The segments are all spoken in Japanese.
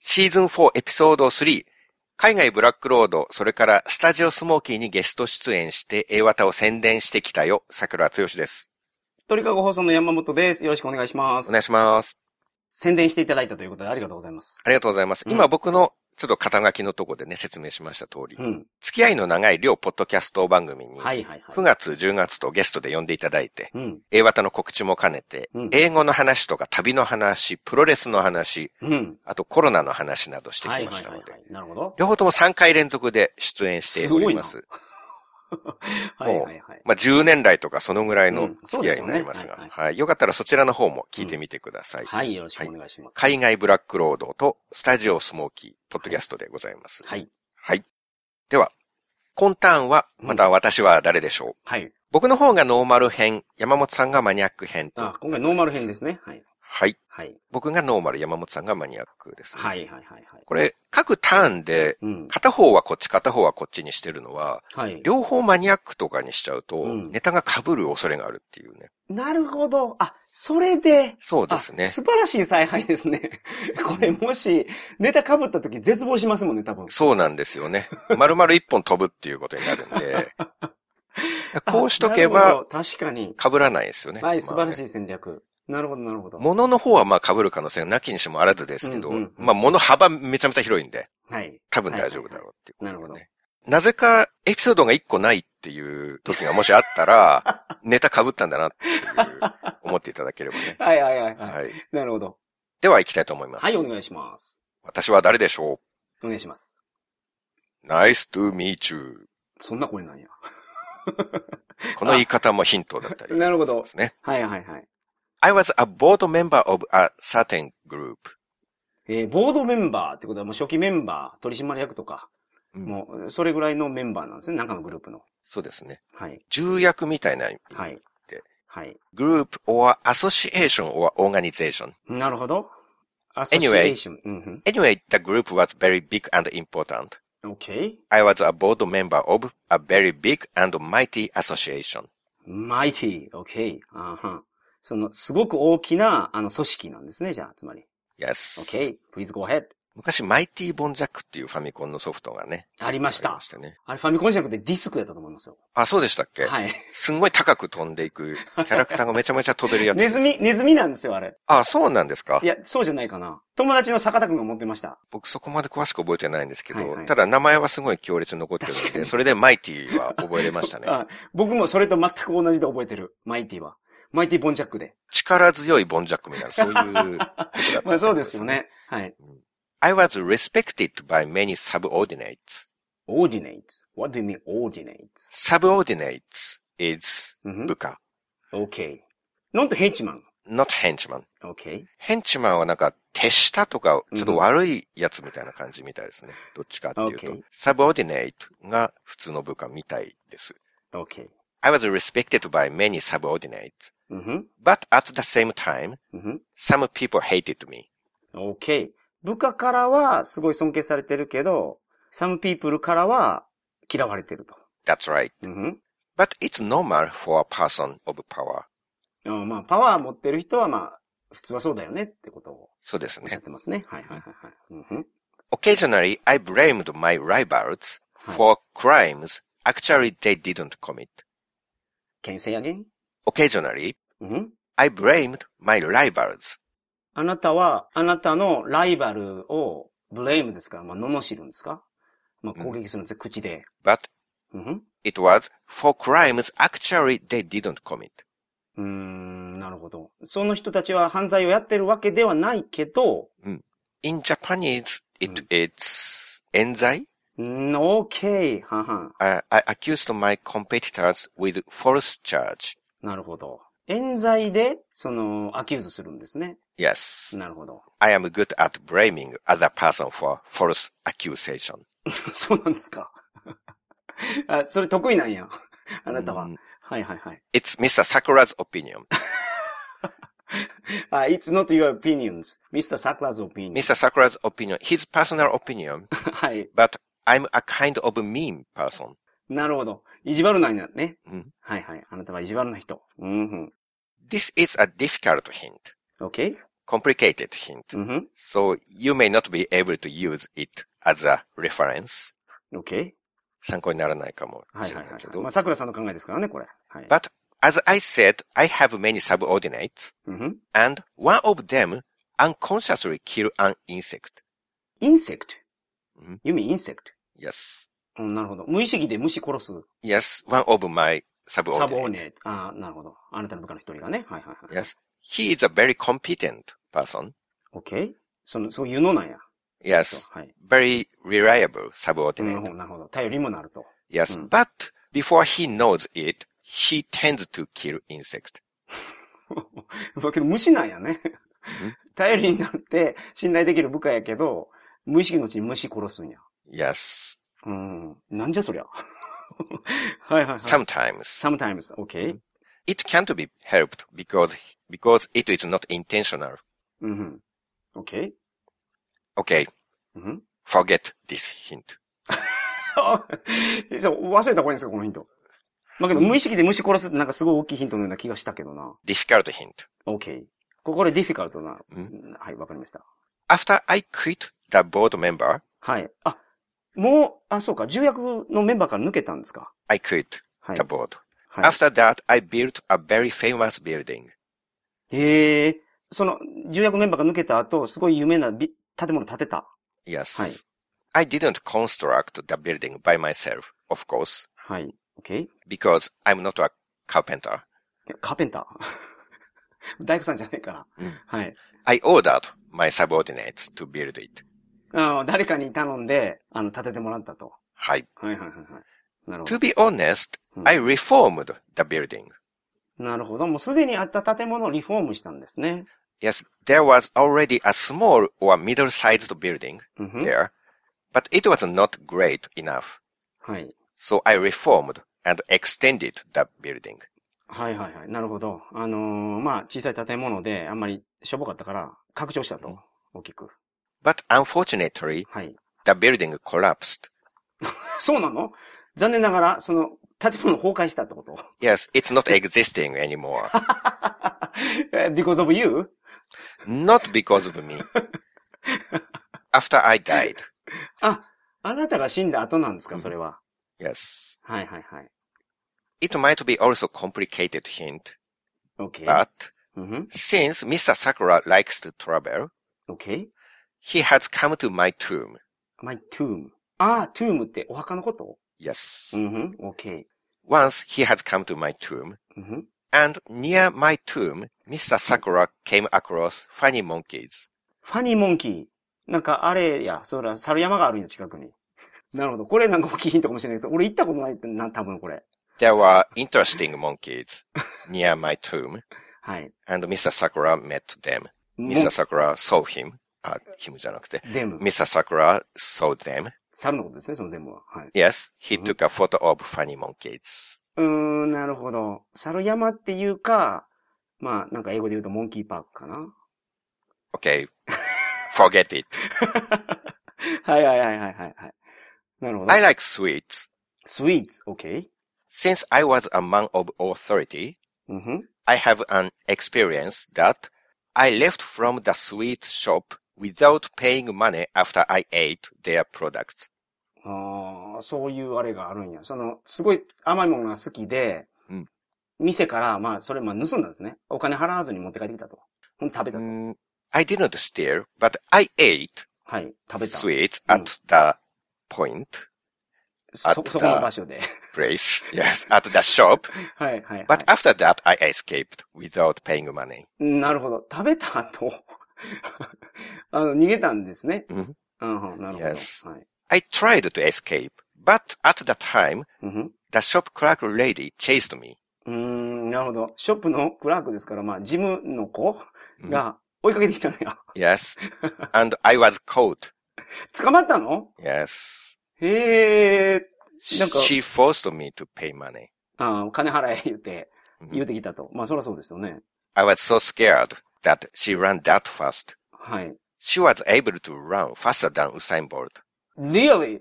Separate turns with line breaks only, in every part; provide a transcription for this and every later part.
シーズン4エピソード3、海外ブラックロード、それからスタジオスモーキーにゲスト出演して A 型を宣伝してきたよ、桜剛です。
鳥かご放送の山本です。よろしくお願いします。
お願いします。
宣伝していただいたということでありがとうございます。
ありがとうございます。
うん
今僕のちょっと肩書きのとこでね、説明しました通り
う、ん。
付き合いの長い両ポッドキャスト番組に、9
はいはいはい。
月、10月とゲストで呼んでいただいて、
うん。
A 型の告知も兼ねて
うん、
英語の話とか旅の話、プロレスの話、
うん。
あとコロナの話などして
は
き
い
ま
は
し
い
た
はい
ので
は、い。なるほど。
両方とも3回連続で出演しております。
すは
もう
いはいはい。
まあ、10年来とかそのぐらいの
うんそう
付
で
き合い
すよ
に
ね
なりますが、
はいはい
はい。よかったらそちらの方も聞いてみてください。
はい、よろしくお願いします。
海。外ブラックロードとスタジオスモーキー、ポッドキャストでございます。
はい。
はい。では、今ターンは、また私は誰でしょう、
はい。
僕の方がノーマル編、山本さんがマニアック編と。
あ、今回ノーマル編ですね。はい。
はい。
はい。
僕がノーマル、山本さんがマニアックです、ね。
はいはいはいはい。
これ、各ターンで、
うん。
片方はこっち、片方はこっちにしてるのは、
はい。
両方マニアックとかにしちゃうと、
うん
ネタが被る恐れがあるっていうね。
なるほど。あ、それで。
そうです
あ
ね。
素晴らしい采配ですね。 これもし、ネタ被った時絶望しますもんね、多分。
そうなんですよ ね。丸々一本飛ぶっていうことになるんで、こうしとけ
あなる
ば
ほど確かに。
被らないですよね。
はい、素晴らし
い。
い戦略。なるほど、なるほど。
物の方はまあ被る可能性はなきにしもあらずですけど、
うんうんうん
まあ物幅めちゃめちゃ広いんで、
はい。
多分大丈夫だろうっていうことでね。
はいはいはいなる
なぜかエピソードが一個ないっていう時がもしあった ら、ネタ被ったんだなっていう、思っていただければね。
はいはいはい はい。
はい。
なるほど。
では行きたいと思います。
はい、お願いします。
私は誰でしょ
お願いします。
う ?nice to meet you.
そんな声なんや。
この言い方もヒントだったり。
なるほ
そ
ど
うですね。
はいはいはい。
I was a board member of a certain group.
えーボードメンバーってことはもう初期メンバー、取締役とか、
うん
もう、それぐらいのメンバーなんですね、中のグループの。
そうですね。
はい。
重役みたいな意味。
はい
で。
はい。
グループ or association or organization.
なるほど。アソシエ
Anyway
ーション。うん
Anyway, the group was very big and important.
うん。OK?
I was a board member of a very big and mighty association.
mighty, okay. あーはんその、すごく大きな、あの、組織なんですね、じゃあ、つまり。
Yes.
okay, please go ahead.
昔、マイティボンジャックっていうファミコンのソフトがね。
ありまし
あり
た
ま。したね。
あれ、ファミコンじゃなくてディスクやったと思いますよ。
あ、そうでしたっけ、
はい。
すんごい高く飛んでいく、キャラクターがめちゃめちゃ飛べるやつ。
ネズミ、ネズミなんですよ、あれ。
あ、そうなんですか
いや、そうじゃないかな。友達の坂田くんが持ってました。
僕そこまで詳しく覚えてないんですけど、
はいはい
ただ名前はすごい強烈に残ってる
確
の
か
で、
に
それでマイティは覚えれましたね。
あ僕もそれと全く同じで覚えてる。マイティは。マイティボンジャックで。。
力強いボンジャックみたいな、そういうことだった
まあそうですよ。ね。はい。
I was respected by many subordinates.
ordinate. What do you mean ordinate?
Subordinates is
うん
部下、
ふん okay. Not henchman.
not henchman.
Okay.
ヘンチマンはなんか手下とか、ちょっと悪いやつみたいな感じみたいですね。どっちかっていうと
Okay.。
subordinate が普通の部下みたいです。
Okay.
I was respected by many subordinates,
うんふん
but at the same time,
うんふん
Some people hated me.
OK。部下からはすごい尊敬されてるけど、some people からは嫌われてると。
That's right.
うんふん
But it's normal for a person of power.
あまあ、パワー持ってる人はまあ、普通はそうだよねってことを
そうです
おっしゃっ
ね。
てますね。はいはいはいはい。うんふん
Occasionally, I blamed my rivals
Hmm.
for crimes actually they didn't commit.
Can you say again?
Occasionally,
うんふん
I blamed my rivals.
あなたは、あなたのライバルを、ブレイムですから、まあ、罵るんですかまあ、攻撃するんですよ、口で。
But
うんふん
it was for crimes actually they didn't commit.
うーん、なるほど。その人たちは犯罪をやってるわけではないけど、
In Japanese, it,
うん
it's 冤罪
うん OK。はんはん。
I, Uh, I accused my competitors with false charge.
なるほど。冤罪で、その、アキューズするんですね。
Yes.
なるほど。
I am good at blaming other person for false accusation.
そうなんですか。あ、それ得意なんや。あなたは。
うん
はいはいはい。
It's Mr. Sakura's opinion.
あ、it's not your opinions. Mr. Sakura's opinion.
Mr. Sakura's opinion, his personal opinion,
はい。
but I'm a kind of mean person.
なるほど。意地悪なんやね。
うん
はいはい。あなたは意地悪な人。うん、
This is a difficult hint.
o k
complicated hint.
Mm-hmm.
So you may not be able to use it as a reference.
Okay.
参考にならないかも
はい
しれ
は
ないい
はい
け。ど
まあ、。桜さんの考えですからね、これ。はい。
But as I said, I have many subordinates
うんふん
and one of them unconsciously kill an insect.
insect.
うん
弓 insect.
Yes.
うん、なるほど。無意識で虫殺す
Yes, one of my
サボー
subordinates.
ネ。ああ、なるほど。あなたの部下の一人がね。はいはいはい。
Yes. He is a very competent person.
OK? その、そういうのなんや。
Yes.
はい。
Very reliable
なるほ
subordinate.
ど、なるほど。頼りもなると。
Yes.
Mm-hmm. Mm.
But before he knows it, he tends to kill insect.
だけど無視なんやね。頼りになって、信頼できる部下やけど、無意識のうちに虫殺すんや。
Yes.
うん。なんじゃそ りゃ。はいはいはい。
Sometimes.
sometimes, okay?
It can't be helped because, because it is not intentional.
うんうん。okay?
Okay.
うんふん
Forget this hint.
あ そう忘れた方がいいんですか、このヒント。まあけど、無意識で虫殺すってなんかすごい大きいヒントのような気がしたけどな。
Discard hint.
OK。ここでディフィカルトな。
う
はい、わかりました。
After I quit the board member,
はい。あ、もう、あ、そうか、重役のメンバーから抜けたんですか。
I quit
はい
the。board.
はい、
After that, I built a very famous building.
ええその、重役メンバーが抜けた後、すごい有名なび建物建てた。
Yes.
Hi.
I didn't construct the building by myself, of course,
はい。OK?
because I'm not a carpenter.
カーペンター。 大工さんじゃないから。
うん
はい。
I ordered my subordinates to build it.
あ誰かに頼んで、あの、建ててもらったと。
Hi.
はいはいはいはい。なるほ
To be honest,
ど。
I reformed the building.
なるほど。もうすでにあった建物をリフォームしたんですね。
Yes, there was already a small or middle-sized building
うんふん
there, but it was not great enough.
はい。
So I reformed and extended the building.
はいはいはい。なるほど。あのーまあ、小さい建物であんまりしょぼかったから、拡張した
う
と。大きく。
But unfortunately,
はい。
the building collapsed.
そうなの残念ながら、その、建物崩壊したってこと
Yes, it's not existing anymore.
?because of you?
Not because of me. After I died.
あ、あなたが死んだ後なんですかそれは。
Yes.
はいはいはい。
It might be also complicated hint,
OK。
but
うん、
since Mr. Sakura likes to travel,
OK?
he has come to my tomb.
my tomb. ああ、tomb ってお墓のことう
Yes.
んふん。OK。
Once he has come to my tomb,
うんふん。
and near my tomb, Mr. Sakura came across funny monkeys.
ファニーモンキー。なんかあれや、そら、猿山があるんや、近くに。 なるほど。これなんか大きいヒントかもしれないけど、俺行ったことないってな、多分これ。
There were interesting monkeys near my tomb,
はい。
and Mr. Sakura met them.
モン
Mr. Sakura saw him. あ、him じゃなくて。
デム。
Mr. Sakura saw them.
猿のことですね、その全部は。はい。
Yes, he
Mhm.
took a photo of funny monkeys.
うーん、なるほど。猿山っていうか、まあ、なんか英語で言うとモンキーパークかな。
Okay. Forget it.
はいはいはいはいはいはい。なるほど
I。like sweets.
スイーツ、OK?
Since I was a man of authority,
うんふん。
I have an experience that I left from the sweet shop without paying money after I ate their products.
ああ、そういうあれがあるんや。その、すごい甘いものが好きで、
うん
店から、まあ、それ、まあ、盗んだんですね。お金払わずに持って帰ってきたと。ほんで食べたと。
Mm, I didn't steal, but I ate
はい、食べた。
sweets
Mm.
at the point,
そ、
あ
そ
っ
こ
た
の場所で。
place, yes, at the shop.
はい、はい、は
But after that, I escaped without paying money.
い。なるほど。食べた後、 あの、逃げたんですね。
うん。
うん、なるほど。
Yes.
はい。
I tried to escape, but at the time,
うんふん
the shop clerk lady chased me.
うーん、なるほど。ショップのクラークですから、まあ、ジムの子
うん
が追いかけてきたのよ。
Yes. and I was caught.
捕まったの
Yes.
へえ、なんか
She forced me to pay money.
あー金払え 言って。
Mhm.
言うてきたと。まあそりゃそうですよね。
I was so scared that she ran that fast.
はい。
She was able to run faster than Usain Bolt.
Really?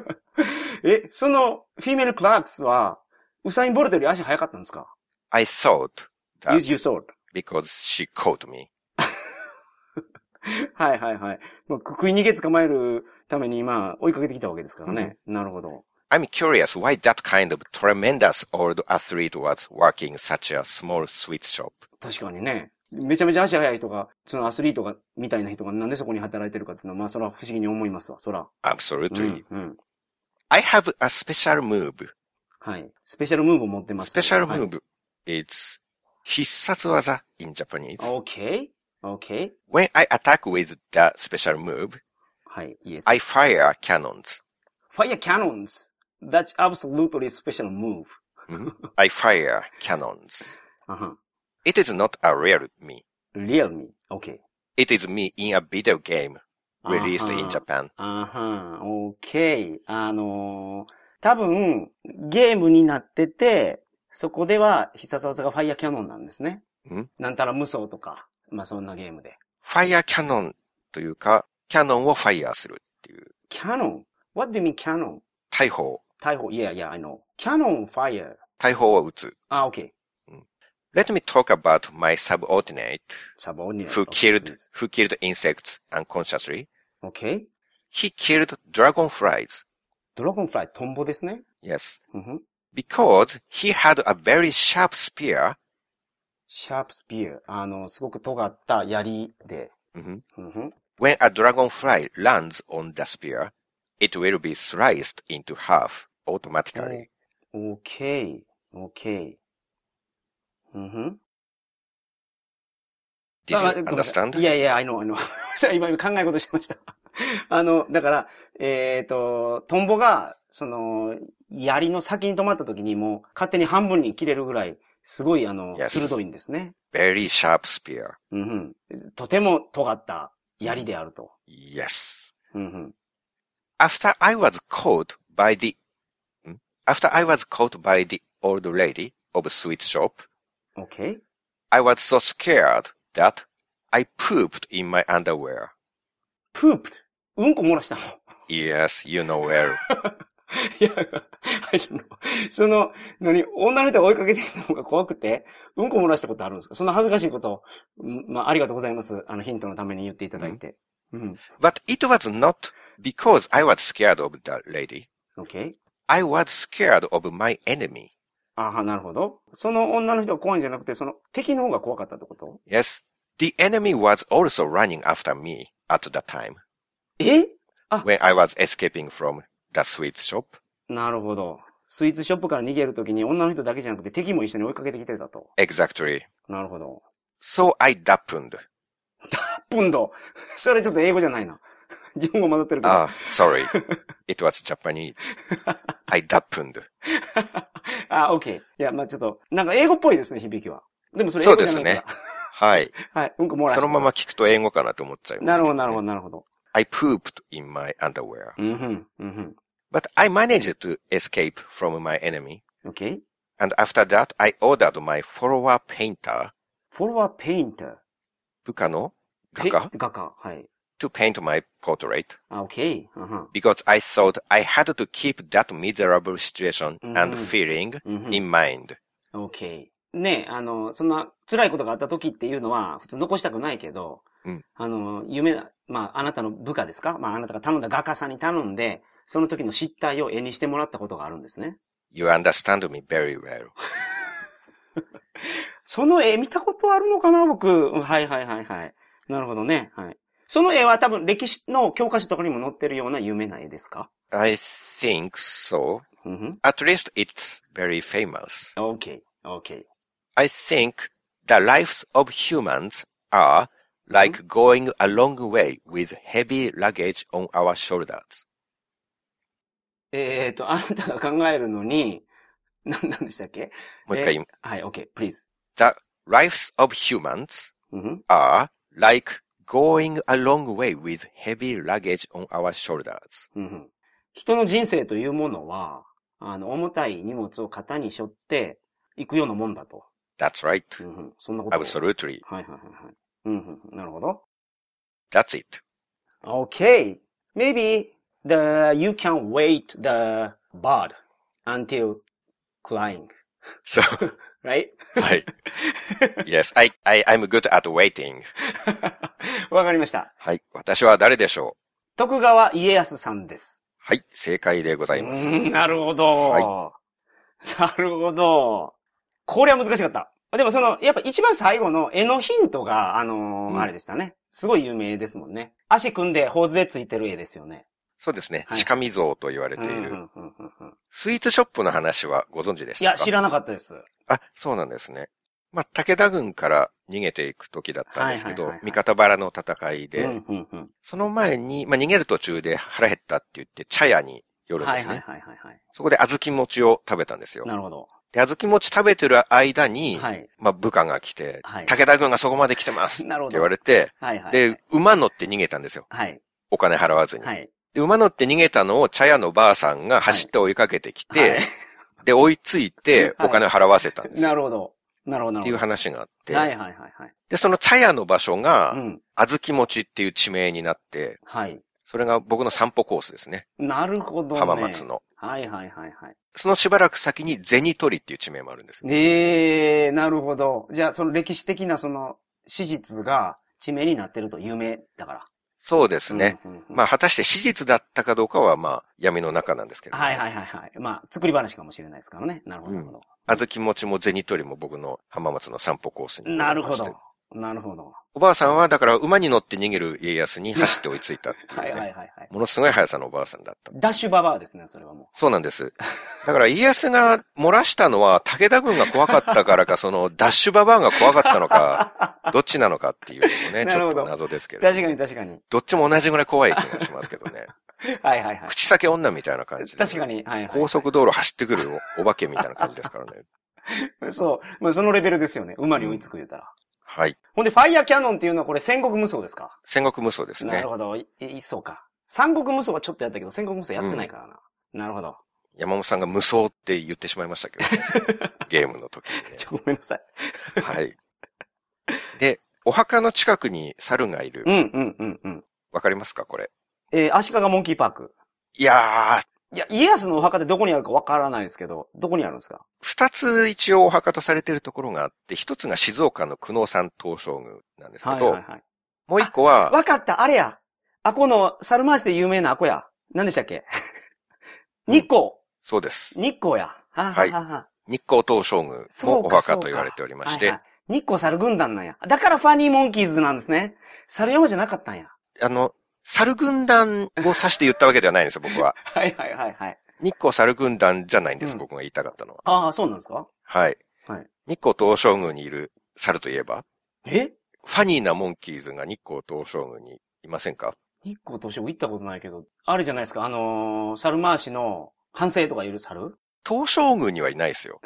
え、その、フィメルクラークスは、ウサイン・ボルトより足速かったんですか
I thought
?You,
that
you saw it.
because she caught me.
はいはいはい。まあ、食い逃げ捕まえるために、まあ、追いかけてきたわけですからね。なるほど。
I'm curious why that kind of tremendous old athlete was working such a small sweet shop.
確かにね。めちゃめちゃ足速い人が、そのアスリートが、みたいな人がなんでそこに働いてるかっていうのは、まあ、それは不思議に思いますわ、そら。う
Absolutely.
ん、うん。
I have a special move.
はい。スペシャルムーブを持ってます。
Special
はい
move. It's 必殺技 in Japanese.
Okay. Okay.
When I attack with the special move,
はい。Yes.
I fire cannons.
Fire cannons. That's absolutely special move.
I fire cannons.
Uh-huh.
It is not a real me.
Real me. Okay.
It is me in a video game released in
あ
Japan.
あはん、OK。あのー多分、ゲームになってて、そこでは必殺技がファイアキャノンなんですね。
ん
なんたら無双とか、まあそんなゲームで。
Fire cannon というか、キャノンをファイヤーするっていう。
キャノン ?What do you mean キャノン
大砲。
大砲 ?Yeah, yeah, I know. キャノン、ファイア。
大砲を撃つ。
あ、OK。
Let me talk about my subordinate
サボニア。
who killed, who killed insects unconsciously.
OK?
He killed dragonflies.
ドラゴンフライズ、トンボですね。
Yes.
うんふん
Because he had a very sharp spear.
シャープスピア。あの、すごく尖った槍で。
Mhm.
うんふん
When a dragonfly lands on the spear, it will be sliced into half
Oh.
automatically.
OK, OK. うんふん。
Did
あごめ
you
んなさい
understand?
いやいや、あの、あ の、今今考え事してました。 あの、だから、えっ、と、トンボが、その、槍の先に止まった時にもう勝手に半分に切れるぐらい、すごい、あの、
Yes.
鋭いんですね。
Very sharp spear.
うんうん。とても尖った槍であると。
Yes.
うんうん。
After I was caught by the, hmm? after I was caught by the old lady of sweet shop,
OK?
I was so scared that I pooped in my underwear.
プープうんこ漏らしたの
Yes, you know well.
いや、I don't know. その、何、女の人が追いかけてくるのが怖くて、うんこ漏らしたことあるんですかそんな恥ずかしいこと、うんまあ、ありがとうございます。あの、ヒントのために言っていただいて。うん。
But it was not because I was scared of that lady.
OK?
I was scared of my enemy.
ああ、なるほど。その女の人が怖いんじゃなくて、その敵の方が怖かったってこと
Yes, the enemy was also running after me at the time
え
when I was escaping from the sweet shop.
なるほど。スイーツショップから逃げるときに女の人だけじゃなくて敵も一緒に追いかけてきてたと。
Exactly.
なるほど。
So I dampened.
ポンド それちょっと英語じゃないな。日本語混ざってるけど。
Ah, sorry. it was Japanese. I dampened.
あ、オッケー。いや、まあちょっと、なんか英語っぽいですね、響きは。でもそれ英語じゃないから。
そうではい。
はい。うんこ漏らし
そ
た
のまま聞くと英語かなと思っちゃいます、
なるほど、なるほど、。なるほど。
I pooped in my underwear.
うんふん、うんふん。
But I managed to escape from my enemy.
OK?
And after that, I ordered my follower painter,
フォロワーペインター。
Bukano
ペ
Gaka,
画家。はい。
to paint my portrait
あ、OK? うんふん
because I thought I had to keep that miserable situation and
Mhm.
feeling
うんふん。
in mind.
OK。ねえ、あの、そんな辛いことがあった時っていうのは、普通残したくないけど、
うん
あの、夢、まあ、あなたの部下ですかまあ、あなたが頼んだ画家さんに頼んで、その時の失態を絵にしてもらったことがあるんですね。
You understand me very well.
その絵見たことあるのかな僕。うんはいはいはいはい。なるほどね。はい。その絵は多分歴史の教科書とかにも載ってるような有名な絵ですか
I think so.
うんふん。
At least it's very famous.
OK, OK.
I think the lives of humans are like going a long way with heavy luggage on our shoulders.
えっ、と、あなたが考えるのに、 な、なんでしたっけ
もう一回言う
はい、OK, please.
The lives of humans
うんふん
are like going a long way with heavy luggage on our shoulders.
うんうん人の人生というものは、あの、重たい荷物を肩に背負っていくようなもんだと。
That's right.
うんうんそんなこと。
Absolutely.
はいはいはいはい。うんうんなるほど。
That's it.
Okay. Maybe the, you can wait the bird until flying.
So
right?
はい。yes, I, I, I'm good at waiting.
わかりました。
はい。私は誰でしょう
徳川家康さんです。
はい。正解でございます
う。んなるほど、
は
なるほど。これは難しかった。でもその、やっぱ一番最後の絵のヒントが、あのー
うん
あれでしたね。すごい有名ですもんね。足組んで、頬杖ついてる絵ですよね。
そうですね。
はい
鹿見像と言われてい
うんう
る。
んうんうんうん
スイーツショップの話はご存知でし
い
た
や、
か
知らなかったです。
あ、そうなんですね。まあ、武田軍から逃げていく時だったんですけ
はい
ど
はいはいは、い
三方原の戦い
うん
で、
うんうん
その前に、まあ、逃げる途中で腹減ったって言って、茶屋に寄るん
は
で
い
す
はい
ね。
はいはいはい。
そこで小豆餅を食べたんですよ。
なるほど。
で、小豆餅食べてる間に、
はい。
まあ、部下が来て、
はい
武田軍がそこまで来てますって
なるほど。
言われて、
はいはい。
で、、馬乗って逃げたんですよ。
はい。
お金払わずに。
はい。
で、馬乗って逃げたのを茶屋のばあさんが走って追いかけてきて、
はい
で、追いついて
はい
お金を払わせたんですよ。
なるほど。なるほど、なるほど。
っていう話があって、
はいはいはいはい。
で、その茶屋の場所
う
が、
ん。
あずき餅っていう地名になって、
はい。
それが僕の散歩コースですね。
なるほど、ね。
浜松。の。
はいはいはいはい。
そのしばらく先に銭取りっていう地名もあるんですよ。
ええなるほど。じゃあ、その歴史的なその史実が地名になってると有名だから。
そうですね。
うんうんうん
まあ、果たして史実だったかどうかは、まあ、闇の中なんですけれども。
はいはいはいはい。まあ、作り話かもしれないですからね。なるほど。なるほど
あずき餅も銭取りも僕の浜松の散歩コースにございまし
な
て。
るほど。なるほど。
おばあさんは、だから馬に乗って逃げる家康に走って追いついたっていう、ね。
はいはいはいはい。
ものすごい速さのおばあさんだった。
ダッシュババアですね、それはも
そうなんです。だから家康が漏らしたのは武田軍が怖かったからか、そのダッシュババアが怖かったの か、どっちなのかっていうのもね、ち
なる
ょっ
ほど
と謎ですけ
う。
れど。
確かに確かに。
どっちも同じぐらい怖い気もしますけど ね。
はいはいはい。
口先女みたいな感じで。
確かに。はいはい。
高速道路走ってくるおお化けみたいな感じですからね。
そう。まあ、そのレベルですよね。馬に追いつく言うたら。
はい。
ほんで、ファイヤーキャノンっていうのはこれ戦国無双ですか
戦国無双です
な
ね
る。ほど。い、いそうか。三国無双はちょっとやったけど、戦国無双やってないからな。なるほど。
山本さんが無双って言ってしまいましたけ ど、ね、ゲームの時にね。
ちょ、ごめんなさい。
はい。で、お墓の近くに猿がいる
う。ん、うん、うん、うん。
わかりますかこれ。
えー、足利モンキーパーク。
いやー、
いや、家康のお墓ってどこにあるかわからないですけど、どこにあるんですか
二つ一応お墓とされているところがあって、一つが静岡の久能山東照宮なんですけ
はい
ど、
はいはい。
もう一個は、
わかった、あれや。あこの、猿回しで有名なあこや。何でしたっけ日光。
そうです。
日光や。は
はい
はは
日光東照宮
そ
も
うか
お墓と言われておりま
は
し
いは
て
い、日光猿軍団なんや。だからファニーモンキーズなんですね。猿山じゃなかったんや。
あの、猿軍団を指して言ったわけではないんですよ、僕 は。
はいはいはいはい。
日光猿軍団じゃないんです、
うん
僕が言いたかったのは。
ああ、そうなんですか
はい。
はい
日光東照宮にいる猿といえば、
え
ファニーなモンキーズが日光東照宮にいませんか
日光東照宮行ったことないけど、あれじゃないですか、あのー、猿回しの反省とかいる猿
東照宮にはいない ですよ。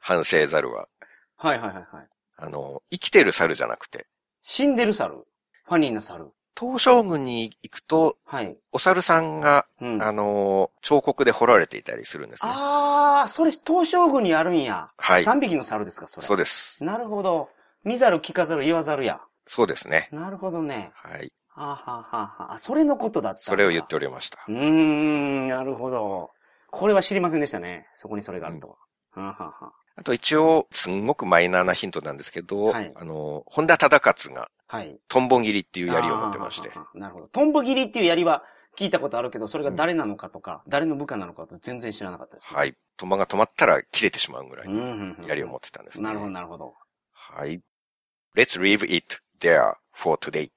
反省猿は。
はいはいはいはい。
あの、生きてる猿じゃなくて。
死んでる猿ファニーな猿
東照宮に行くと、
はい。
お猿さんが、
うん。
あのー彫刻で彫られていたりするんですね。
あー、それ東照宮にあるんや。
はい
3匹の猿ですか、それ。
そうです。
なるほど。見ざる聞かざる言わざるや。
そうですね。
なるほどね。
はい。
あはははあ、それのことだったんですか
それを言っておりました。
うーん、なるほど。これは知りませんでしたね。そこにそれがあるとは。ははは
あと一応、すんごくマイナーなヒントなんですけど、
はい
あのー本田忠勝が
はい。
トンボ切りっていう槍を持ってまして
あー。はははなるほど。トンボ切りっていう槍は聞いたことあるけど、それが誰なのかとか、誰の部下なのかと全然知らなかったです、
はい。トンボが止まったら切れてしまうぐら
うんう
い
んうん。
槍を持ってたんですね。
なるほど、なるほど。
はい。Let's leave it there for today.